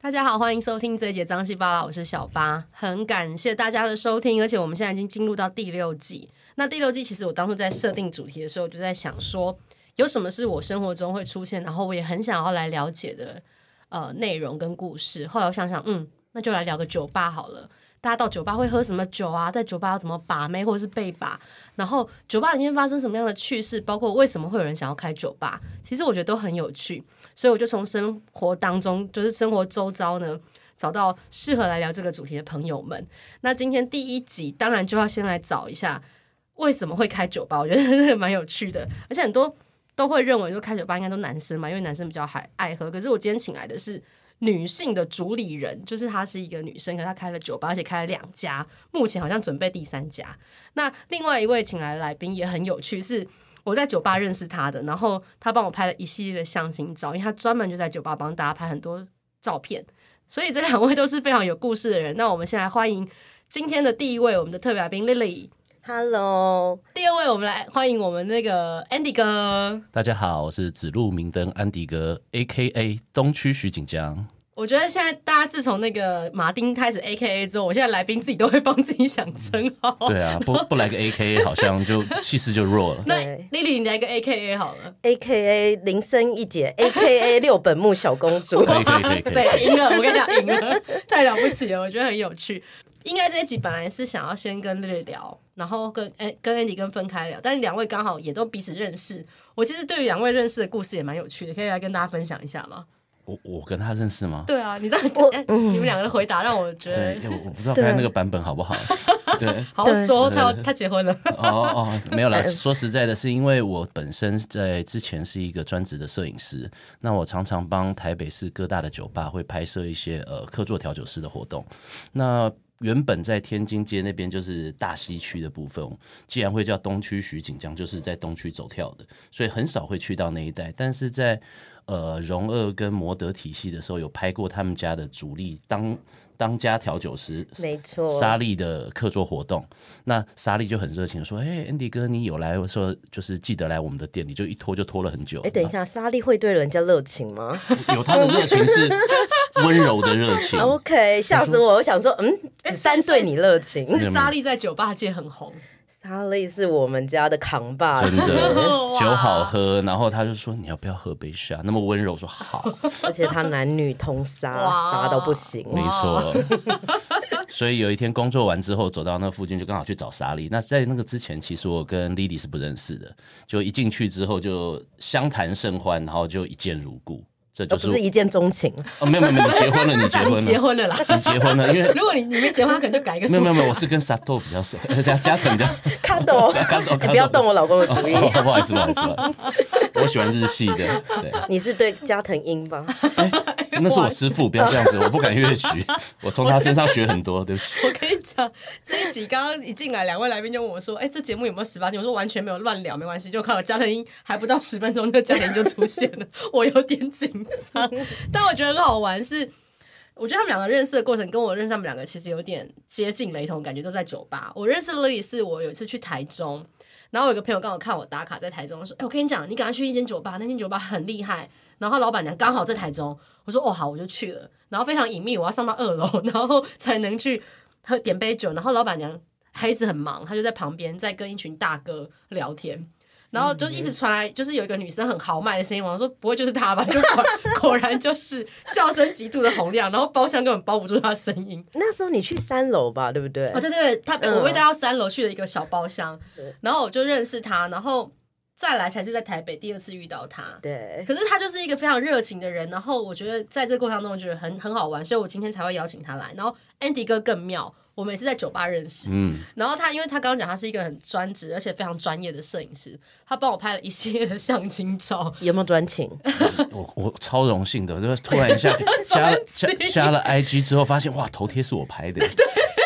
大家好，欢迎收听这一节张西巴拉，我是小八，很感谢大家的收听，而且我们现在已经进入到第六季。那第六季其实我当初在设定主题的时候，就在想说，有什么是我生活中会出现，然后我也很想要来了解的呃内容跟故事。后来我想想，嗯，那就来聊个酒吧好了。大家到酒吧会喝什么酒啊？在酒吧要怎么把妹或者是被把？然后酒吧里面发生什么样的趣事？包括为什么会有人想要开酒吧？其实我觉得都很有趣。所以我就从生活当中，就是生活周遭呢，找到适合来聊这个主题的朋友们。那今天第一集，当然就要先来找一下为什么会开酒吧，我觉得 这个蛮有趣的，而且很多都会认为说开酒吧应该都男生嘛，因为男生比较还爱喝。可是我今天请来的是。女性的主理人，就是她是一个女生，可是她开了酒吧，而且开了两家，目前好像准备第三家。那另外一位请来的来宾也很有趣，是我在酒吧认识他的，然后他帮我拍了一系列的相亲照，因为他专门就在酒吧帮大家拍很多照片，所以这两位都是非常有故事的人。那我们先来欢迎今天的第一位我们的特别来宾 Lily， Hello，第二位我们来欢迎我们那个 Andy 哥。大家好，我是指路明灯安迪哥，A K A 东区徐锦江。我觉得现在大家自从那个马丁开始 A K A 之后，我现在来宾自己都会帮自己想称号。对啊，不不来个 A K A 好像就气势就弱了。那对 Lily 你来个 A K A 好了。 A K A 铃声一姐，A K A 六本木小公主。可以可以可以可以，塞，赢了！我跟你讲，赢了，太了不起了，我觉得很有趣。应该这一集本来是想要先跟丽丽聊，然后跟哎跟 Andy 跟分开聊，但两位刚好也都彼此认识。我其实对于两位认识的故事也蛮有趣的，可以来跟大家分享一下吗？我我跟他认识吗？对啊，你这样我哎你们两个的回答让我觉对得，我我不知道对看那个版本好不好。对，好好说，对他要他结 婚了，哦哦，哦没有啦。说实在的，是因为我本身在之前是一个专职的摄影师，那我常常帮台北市各大的酒吧会拍摄一些呃客座调酒师的活动。那原本在天津街那边就是大西区的部分，既然会叫东区徐锦江，就是在东区走跳的，所以很少会去到那一带。但是在呃荣二跟摩德体系的时候，有拍过他们家的主力当当家调酒师，没错，莎莉的客座活动，那莎莉就很热情地说：“哎、a n d y 哥，你有来？我说就是记得来我们的店里，就一拖就拖了很久。哎，等一下，莎莉会对人家热情吗啊， 有他的热情是温柔的热 情， ？OK，吓死我！我想说，嗯，哎子丹对你热因情。为莎莉在酒吧界很红，莎莉是我们家的扛把真子，的哇酒好喝。然后他就说你要不要喝杯下？那么温柔我说好， 而且她男女通杀，哇杀到不行。没错。 所以有一天工作完之后，走到那附近就刚好去找莎莉。那在那个之前，其实我跟 Lily 是不认识的，就一进去之后就相谈甚欢，然后就一见如故。”这而就不是是一见钟情，哦，没有没有，没有，你结婚了，你结莎婚 莉了，结婚了啦。你结婚了，因为如果你你没结婚，他可能就改一个说没有没法有没有，我是跟沙豆比较熟， 加加藤 比较，看懂？看懂你不要动我老公的哦主意。哦 不好意思不好意思，不好意思我喜欢日系的，对， 你是对加藤鹰吧？那是我师傅，不要这样子，我不敢越举，我从他身上学 很多，对不起。我跟你讲，这一集刚刚一进来，两位来宾就问我说：“哎、这节目有没有十八禁？”我说完全没有乱聊，没关系。就看我加藤鹰还不到十分钟，这个加藤鹰就出现了，我有点紧张，但我觉得很好玩是。我觉得他们两个认识的过程跟我认识他们两个其实有点接近雷同，感觉都在酒吧。我认识 Lily 是我有一次去台中，然后我有一个朋友刚好看我打卡在台中，说：“哎、我跟你讲，你赶快去一间酒吧，那间酒吧很厉害。”然后老板娘刚好在台中，我说：“哦，好，我就去了。”然后非常隐秘，我要上到二楼，然后才能去喝点杯酒。然后老板娘还一直很忙，她就在旁边在跟一群大哥聊天。然后就一直传来，就是有一个女生很豪迈的声音，我说不会就是她吧？就果果然就是笑声极度的洪亮，然后包厢根本包不住她的声音。那时候你去三楼吧，对不对 哦，？对对对，他嗯我被带到三楼去了一个小包厢对，然后我就认识他，然后再来才是在台北第二次遇到他。对，可是他就是一个非常热情的人，然后我觉得在这个过程中，我觉得很很好玩，所以我今天才会邀请他来。然后 Andy 哥更妙，我们也是在酒吧认识，嗯，然后他，因为他刚刚讲他是一个很专职而且非常专业的摄影师，他帮我拍了一系列的相亲 照。有没有专情？我我超荣幸的，就是突然 一下加了加加了 IG 之后，发现哇，头贴是我拍 的，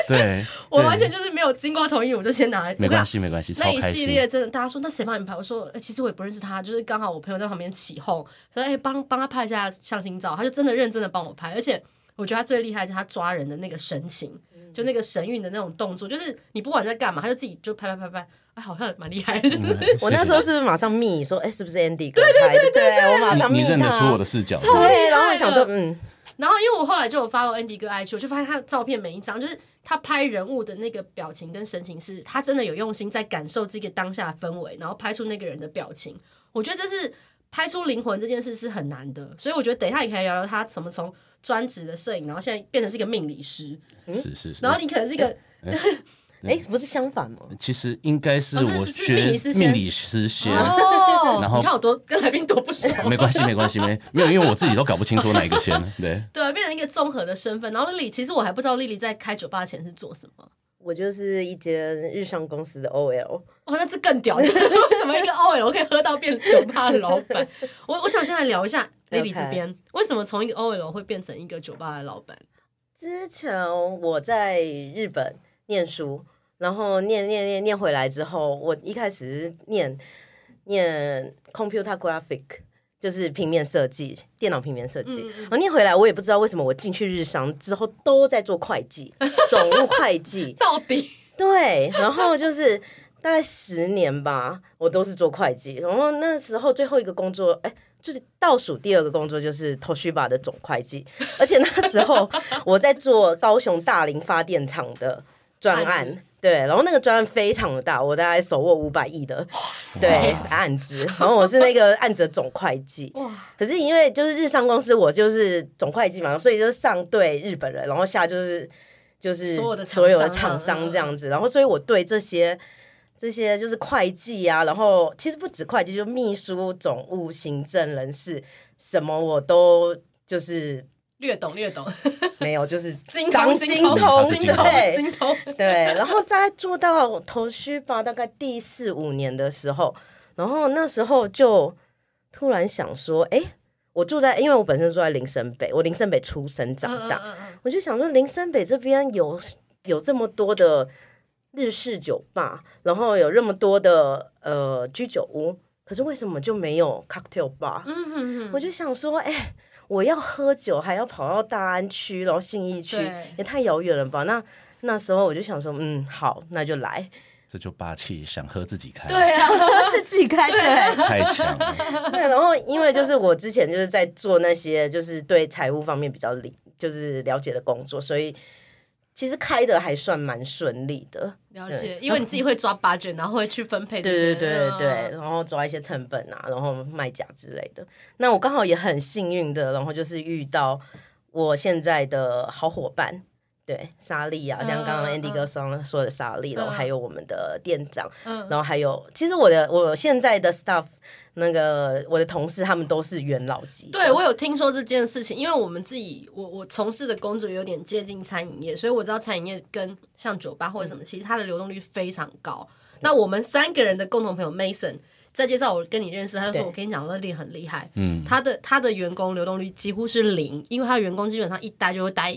对，我对完全就是没有经过同意，我就先拿来。没关系没关系，我跟超你讲。那开一系心列。真的，大家说那谁帮你拍？我说、欸其实我也不认识他，就是刚好我朋友在旁边起哄，说哎帮帮他拍一下相亲照，他就真的认真的帮我拍，而且我觉得他最厉害是他抓人的那个神情，嗯就那个神韵的那种动作，就是你不管在干嘛，他就自己就拍拍拍拍，哎好像蛮厉害的， 就是嗯 我那时候是不是马上密你说，哎、是不是 Andy 哥拍的？对对对我马上你密你认得出我的。的视角，对，然后我想说，嗯，然后因为我后来就有发过 Andy 哥 IG，我就发现他的照片每一张，就是他拍人物的那个表情跟神情是，他真的有用心在感受这个当下的氛围，然后拍出那个人的表情。我觉得这是拍出灵魂这件事是很难的，所以我觉得等一下也可以聊聊他怎么从专职的摄影，然后现在变成是一个命理师，是是是。然后你可能是一个。哎，不是相反吗？其实应该是哦是我是学命理师先命理师先，哦，然后你看我多跟来宾多不熟， 没关系没关系没没有，因为我自己都搞不清楚哪一个先。对，对，啊变成一个综合的身份。然后丽丽，其实我还不知道丽丽在开酒吧前是做什么。我就是一间日商公司的 OL，哇，那这更屌！就是为什么一个 OL 可以喝到变酒吧的老板？我我想先来聊一下 OK Lily 这边，为什么从一个 OL 会变成一个酒吧的老板？之前我在日本念书，然后念念念念回来之后，我一开始是念念 computer graphic，就是平面设计，电脑平面设计。然后念回来，我也不知道为什么我进去日商之后都在做会计，总务会计。到底对，然后就是大概十年吧，我都是做会计。然后那时候最后一个工作，哎，就是倒数第二个工作就是 Toshiba 的总会计，而且那时候我在做高雄大林发电厂的专案子案。对，然后那个专案非常的大，我大概手握五百亿的对哇案子，然后我是那个案子的总会计。哇，可是因为就是日商公司，我就是总会计嘛，所以就是上对日本人，然后下就是就是所有的厂商嗯所有的厂商这样子，然后所以我对这些这些就是会计啊，然后其实不止会计，就秘书、总务、行政、人事什么我都就是略懂略懂，没 有，就是精钢通筋通通精精通对精通， 对，然后再做到头绪吧，大概第四五年的时候，然后那时候就突然想说，哎，我住在，因为我本身住在林森北，我林森北出生长大，嗯嗯嗯嗯我就想说林森北这边有有这么多的日式酒吧，然后有这么多的呃居酒屋，可是为什么就没有 cocktail bar？嗯嗯嗯，我就想说，哎、我要喝酒还要跑到大安区，然后信义区对，也太遥远了吧？那那时候我就想说，嗯，好，那就 来，这就霸气，想喝自己开，对啊，自己开对 太强了。对。然后因为就是我之前就是在做那些就是对财务方面比较理就是了解的工作，所以其实开的还算蛮顺利的。了解，因为你自己会抓 budget，然后会去分配这些，对对对嗯对，然后抓一些成本啊，然后卖假之类的。那我刚好也很幸运的，然后就是遇到我现在的好伙伴，对莎莉啊，嗯像刚刚嗯 Andy 哥说说的莎莉，然后还有我们的店长，嗯然后还有其实我的我现在的 staff 那个我的同事他们都是元老级的，对，我有听说这件事情，因为我们自己，我我从事的工作有点接近餐饮业，所以我知道餐饮业跟像酒吧或者什么，其实它的流动率非常高。那我们三个人的共同朋友 Mason 在介绍我跟你认识，他就说：“对我跟你讲，乐丽很厉害， 嗯，他的他的员工流动率几乎是零，因为他的员工基本上一待就会待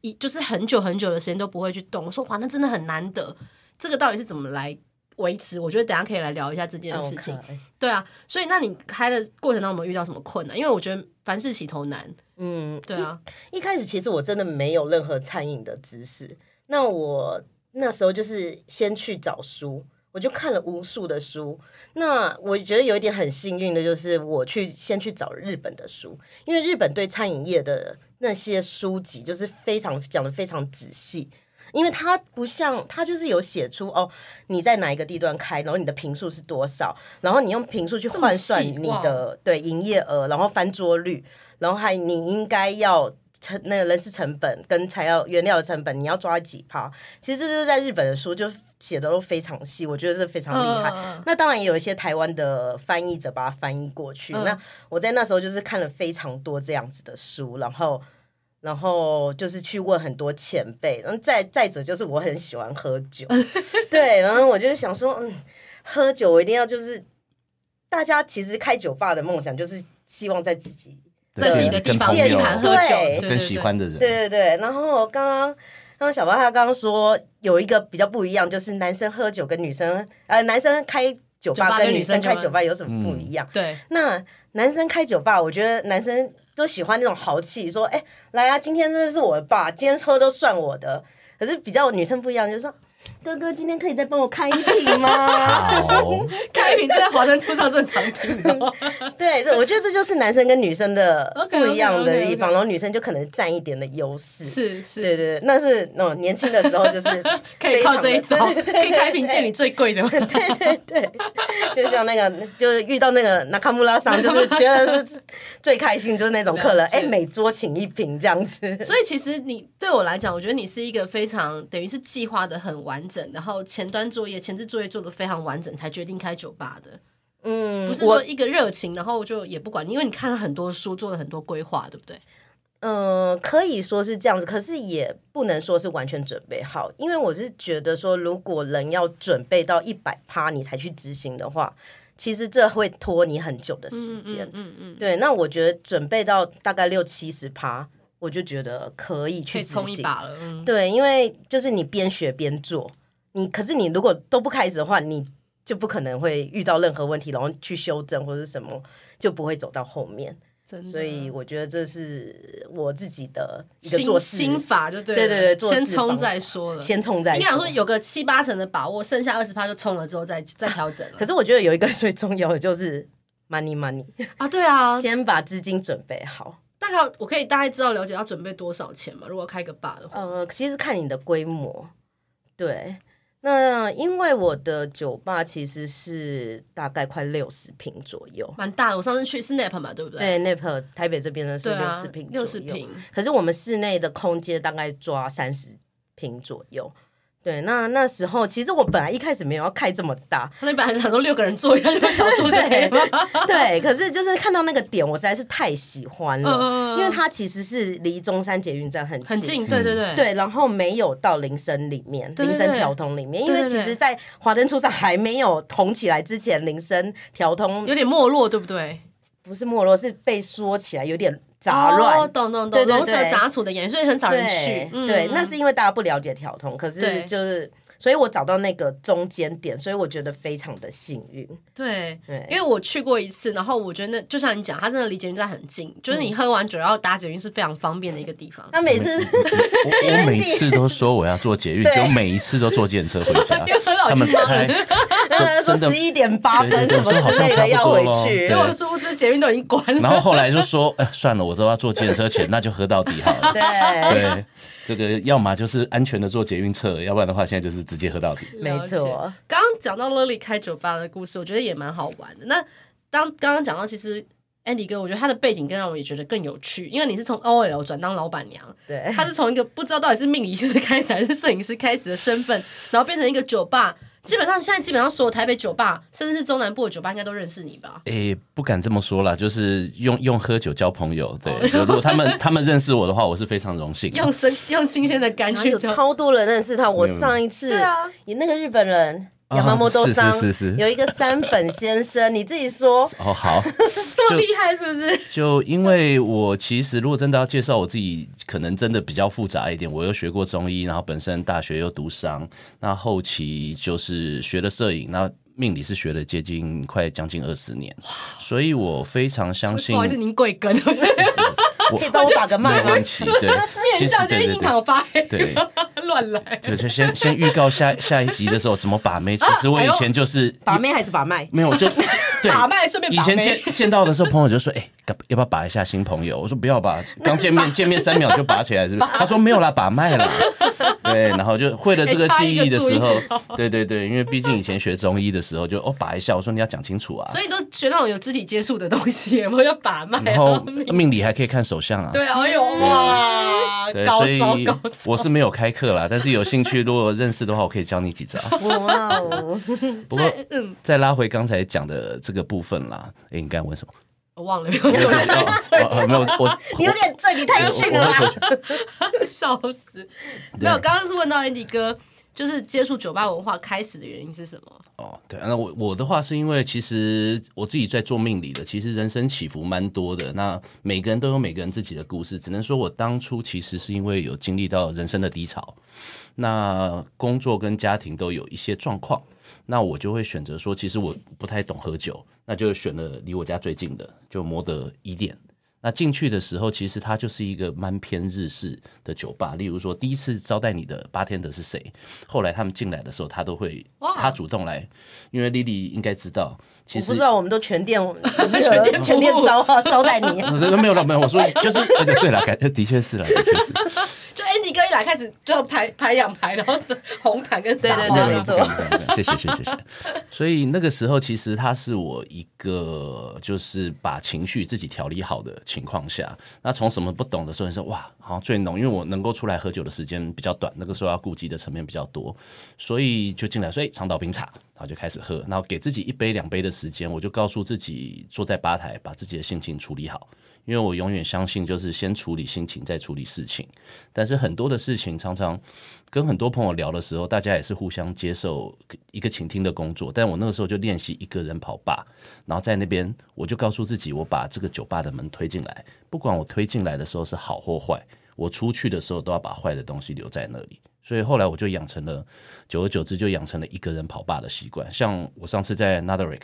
一就是很久很久的时间都不会去动。我说哇，那真的很难得，这个到底是怎么来维持？我觉得等一下可以来聊一下这件嗯事情。 OK 对啊，所以那你开的过程当中有没有遇到什么困难？因为我觉得凡事起头难。嗯，对啊，一开始其实我真的没有任何餐饮的知识，那我那时候就是先去找书，我就看了无数的书。那我觉得有一点很幸运的就是，我去先去找日本的书，因为日本对餐饮业的那些书籍就是非常讲的非常仔细。因为它不像，它就是有写出哦，你在哪一个地段开，然后你的平数是多少，然后你用平数去这么换算细你哇的对营业额，然后翻桌率，然后还你应该要成那个人事成本跟材料原料的成本，你要抓几趴？其实这就是在日本的书就写的都非常细，我觉得是非常厉害。嗯那当然也有一些台湾的翻译者把它翻译过去。嗯那我在那时候就是看了非常多这样子的书，然后。然后就是去问很多前辈，然后再再者就是我很喜欢喝 酒，对，然后我就想说，嗯，喝酒我一定要就是，大家其实开酒吧的梦想就是希望在自己在自己的跟地跟方朋地友盘喝酒，对对对跟喜欢的人，对对对，然后刚刚刚刚小巴他刚刚说有一个比较不一样，就是男生喝酒跟女生呃男生开酒酒吧吧跟跟女女生嗯生酒吧开酒吧有什么不一样？对 那男生开酒吧，我觉得男生都喜欢那种豪气，说哎来啊，今天真的是我的吧，今天喝都算我的。可是比较女生不一样，就是说哥哥今天可以再帮我开一瓶 吗？好， 开瓶这在华灯初上正常 听哦。对，这我觉得这就是男生跟女生的 OK，OK，OK，OK 不一样的地方，然后女生就可能占一点的优势。是是，对对，对那是那种年轻的时候就 是可以靠这一非招，常的对对对可以开瓶店里最贵 的吗？对对对，就像那个，就是遇到那个那卡穆拉桑，就是 觉得是最开心，就是那种客人，了解哎、每桌请一瓶这样子。所以其实你对我来讲，我觉得你是一个非常等于是计划的很完整，然后前端作业、前置作业做的非常完整，才决定开酒吧的，嗯， 不是说一个热情，然后就也不管，因为你看了很多书，做了很多规划，对不对？嗯、可以说是这样子，可是也不能说是完全准备好，因为我是觉得说，如果人要准备到一百趴你才去执行的话，其实这会拖你很久的时间。嗯嗯，对，那我觉得准备到大概六七十趴，我就觉得可以可去以执冲一行。把了。嗯，对，因为就是你边学边做，你可是你如果都不开始的话，你就不可能会遇到任何问题，然后去修正或者什么，就不会走到后面。真的。所以我觉得这是我自己的一个做心事心法就对了对对对做事先冲方法再说了。先冲再应该讲说说。有个七八成的把握，剩下二十趴就冲了之后再再调整了。 可是我觉得有一个最重要的就是 money money，啊，对啊，先把资金准备好。大概我可以大概知道了解要准备多少钱嘛？如果开个吧的话，呃，其实看你的规模，对。那因为我的酒吧其实是大概快六十平左右，蛮大的。我上次去是 Nap 嘛，对不对？对，那个台北这边呢是对六啊十平，，六十。平，可是我们室内的空间大概抓三十平左右。对，那那时候其实我本来一开始没有要开这么大，那你本来想说六个人坐一下，你把小坐就可以了。对，可是就是看到那个点，我实在是太喜欢嗯了，嗯，嗯因为它其实是离中山捷运站很 很近，对对对，对，然后没有到林森里面，嗯对林对森对条通里面，因对为对其对实，在华灯初上还没有红起来之前，林森条通有点没落，对不对？不是没落，是被说起来有点杂乱哦，懂懂对懂，对龙蛇对杂处的演，所以很少人去对。嗯对，嗯那是因为大家不了解调通，可是对就是，所以我找到那个中间点，所以我觉得非常的幸运。对。对，因为我去过一次，然后我觉得那就像你讲，它真的离捷运站很近，就是你喝完酒然后搭捷运是非常方便的一个地方。那每次我我每次都说我要坐捷运，对就每一次都坐电车回 家 因为。很好他去们忙开，呃说真的十一点八对分对什么对之类的要好回像差不多咯去，结对果殊不知捷运都已经关了。然后后来就说，哎，算了，我都要坐电车钱，那就喝到底好了。对，对，这个要么就是安全的坐捷运侧，要不然的话，现在就是直接喝到底。没了错。刚刚讲到 Lily 开酒吧的故事，我觉得也蛮好玩的。那当刚刚讲到，其实 Andy 哥，我觉得他的背景更让我也觉得更有趣，因为你是从 OL 转当老板娘，对，他是从一个不知道到底是命理师开始还是摄影师开始的身份，然后变成一个酒吧。基本上现在基本上所有台北酒吧，甚至是中南部的酒吧，应该都认识你吧？诶、不敢这么说啦，就是用用喝酒交朋友。对，就如果他们他们认识我的话，我是非常荣幸。哦啊用生用新鲜的肝然后去有交，超多人认识他。我没有上一次对啊，你那个日本人啊亚麻摩多桑是是是是有一个山本先生，你自己说哦，好，这么厉害是不是？就因为我其实如果真的要介绍我自己，可能真的比较复杂一点。我又学过中医，然后本身大学又读商，那后期就是学了摄影，那命理是学了接近快将近二十年，所以我非常相信不好意思，您贵 庚？可以帮我打个没脉吗问？题。对，其面实相就对是对印对。堂发黑，对， 乱来。就就先先预告下下一集的时候怎么把妹。其啊实哎我以前就是把妹还是把脉？没有， 就对把脉顺便以把前妹见见到的时候，朋友就说：“哎、要要不要把一下新朋友？”我说：“不要 吧，刚见面见面三秒就拔起来，是不是？”他说：“没有啦，把 脉啦。”对，然后就会了这个记忆的时候哎差一个注，对对对，因为毕竟以前学中医的时候就哦把一下，我说你要讲清楚啊。 所以都学那种有肢体接触的东西，有没有要把脉啊？然后命理还可以看手相啊。 对啊，哎呦嗯哇，对，高所以招高招，我是没有开课啦，但是有兴趣，如果认识的话，我可以教你几 招。哇哦！不所过以嗯，再拉回刚才讲的这个部分啦，哎，你刚才问什么？ 我忘了，没有哦 哦哦没有，我我你有点醉，你太逊了啊我我吧？ 笑死，没有，刚刚是问到 Andy 哥，就是接触酒吧文化开始的原因是什么？哦，对，那我我的话是因为其实我自己在做命理的，其实人生起伏蛮多的。那每个人都有每个人自己的故事，只能说我当初其实是因为有经历到人生的低潮，那工作跟家庭都有一些状况，那我就会选择说，其实我不太懂喝酒，那就选了离我家最近的，就摩德一店。那进去的时候，其实它就是一个蛮偏日式的酒吧。例如说，第一次招待你的八天的是谁，后来他们进来的时候，他都会哇他主动来，因为莉莉应该知道，其我实不知道，我们都全店，我们全店全店服务招招待你。呃 没有了，没有，我说就是，呃对对了，感的确是了，的确是，就 Andy 哥一来开始就排排两排，然后是红毯跟撒对花对嘛没没错错，不敢不敢谢谢谢谢 谢谢。所以那个时候，其实它是我一个就是把情绪自己调理好的情况下，那从什么不懂的时候，你说哇，好像最浓，因为我能够出来喝酒的时间比较短，那个时候要顾及的层面比较多，所以就进来说，哎，长岛冰茶，然后就开始喝，然后给自己一杯两杯的时间，我就告诉自己坐在吧台，把自己的心情处理好。因为我永远相信，就是先处理心情，再处理事情。但是很多的事情，常常跟很多朋友聊的时候，大家也是互相接受一个倾听的工作。但我那个时候就练习一个人跑吧，然后在那边我就告诉自己，我把这个酒吧的门推进来，不管我推进来的时候是好或坏，我出去的时候都要把坏的东西留在那里。所以后来我就养成了，久而久之就养成了一个人跑吧的习惯。像我上次在 Naderick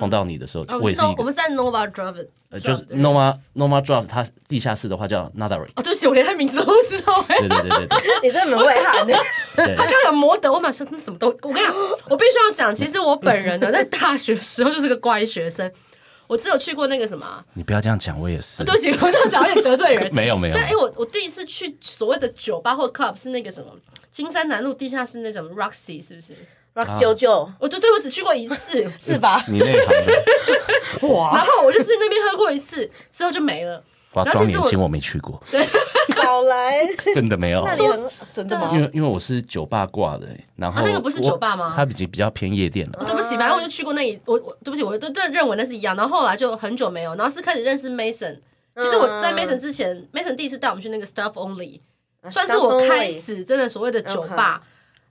碰到你的时候，哦我我也是是一 No，个我们是在 Nova Drive，呃，就是 Drive 的 Noma Noma Drive，它地下室的话叫 Nadari。哦，对不起，我连他名字都不知道哎、对对对对对你真的蛮会喊的，啊他刚讲摩德，我马上那什么都，我跟你讲，我必须要讲，其实我本人呢，在大学时候就是个乖学生， 我只有去过那个什么啊， 啊你不要这样讲，我也是。，哦对不起，我这样讲有点得罪人嗯 没有没有但，哎、我我第一次去所谓的酒吧或 club 是那个什么金山南路地下室那种 Roxy，是不是？ Rock 九九我对对，我只去过一 次，是吧？你内行的，然哇，后我就去那边喝过一次，之后就没了。我要然后装其实年我轻，我没去 过，少来，真的没有那。你很真的吗哦因？为因为我是酒吧挂的，欸然后啊那个不是我酒吧吗哦它已经比较偏夜店了。对不起，反正我就去过那一，我我对不起，我都这认为那是一样。然后后来就很久没有，然后是开始认识 Mason。其实我在 Mason 之前、m a s o n 第一次带我们去那个 Stuff Only，算啊是我开始真的所谓的酒吧。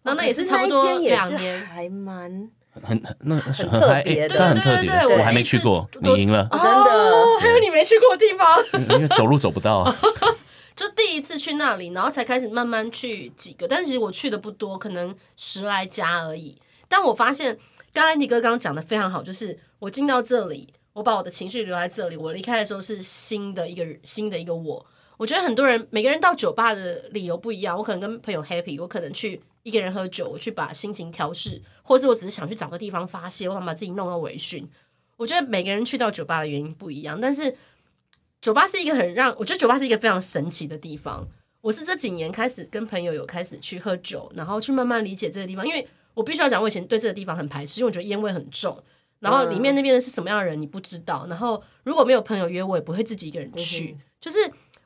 然后那也嗯哦是差不可多那一间也是两年。还蛮很很那很特嗨，别哎的但很特别对对对对。我还我第没一去次过，你我 赢了，真的哦，还有你没去过的地方。因为走路走不到啊。 就第一次去那里，然后才开始慢慢去几个，但其实我去的不多，可能十来家而已。但我发现，刚安迪哥刚刚讲的非常好，就是我进到这里，我把我的情绪留在这里，我离开的时候是新的一个人新的一个我。我觉得很多人每个人到酒吧的理由不一样，我可能跟朋友 happy，我可能去一个人喝酒，我去把心情调试，或是我只是想去找个地方发泄，我想把自己弄到微醺。我觉得每个人去到酒吧的原因不一样，但是酒吧是一个很让我觉得酒吧是一个非常神奇的地方。我是这几年开始跟朋友有开始去喝酒，然后去慢慢理解这个地方，因为我必须要讲，我以前对这个地方很排斥，因为我觉得烟味很重，然后里面那边的是什么样的人你不知道，然后如果没有朋友约，我也不会自己一个嗯人去，就是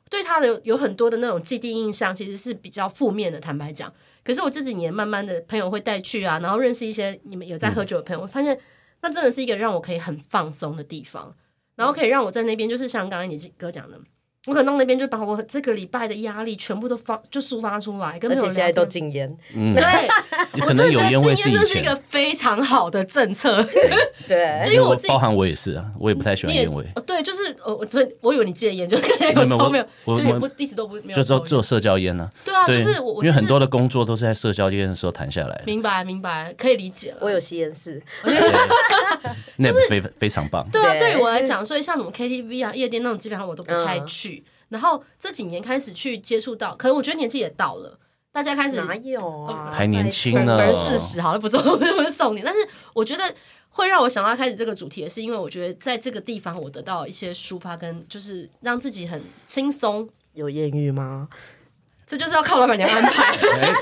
对他的有有很多的那种既定印象，其实是比较负面的。坦白讲，可是我这几年慢慢的朋友会带去啊，然后认识一些你们有嗯在喝酒的朋友，我发现那真的是一个让我可以很放松的地方。然后可以让我在那边，就是像刚刚你哥讲的，我可能到那边就把我这个礼拜的压力全部都发就抒发出来，跟而朋友聊且现在天都禁烟，嗯，对， 可能有烟我味真的觉得禁烟以这是一个前，非常好的政策， 对因为我我自己包含我也是啊，我也不太喜欢你也烟味，哦对，就是呃我所以我以为你戒烟，就是感觉没有有没有抽没有，我就也我不一直都不没有就只有抽只烟，有社交烟呢。对啊，就对，是我我就因为是很多的工作都是在社交烟的时候谈下 来的，明白明白，可以理解了我。有吸烟室，那非非常棒。对啊，对对于我来讲，所以像什么 KTV 啊、夜店那种，基本上我都不太嗯去。然后这几年开始去接触到，可能我觉得年纪也到了，大家开始哪有啊？哦还年轻呢本而事实好了，不是我不是重点，但是我觉得会让我想到开始这个主题，也是因为我觉得在这个地方我得到一些抒发，跟就是让自己很轻松。有艳遇吗？这就是要靠老板娘安排。哎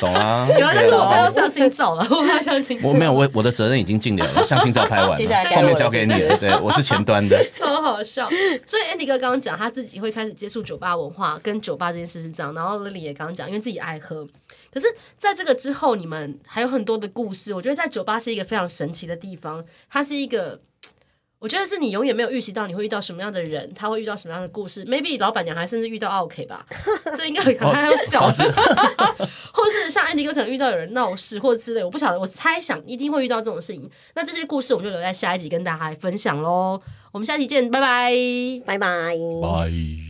懂 啊？原来，但是我懂 不要相亲照了，我不要相亲照。我没有，我我的责任已经尽了了，相亲照拍完 接下来了，该后面我交了给是不你是了。对，我是前端的。 超好笑。所以 Andy 哥刚刚讲他自己会开始接触酒吧文化，跟酒吧这件事是这样。然后 Lily 也刚刚讲，因为自己爱喝。可是在这个之后，你们还有很多的故事。我觉得在酒吧是一个非常神奇的地方，它是一个。我觉得是你永远没有预期到你会遇到什么样的人，他会遇到什么样的故事。Maybe 老板娘还甚至遇到 OK 吧，这应该很他要小的， 或是像 Andy 哥可能遇到有人闹事或之类，我不晓得，我猜想一定会遇到这种事情。那这些故事我们就留在下一集跟大家来分享喽。我们下期见，拜拜。拜拜。拜。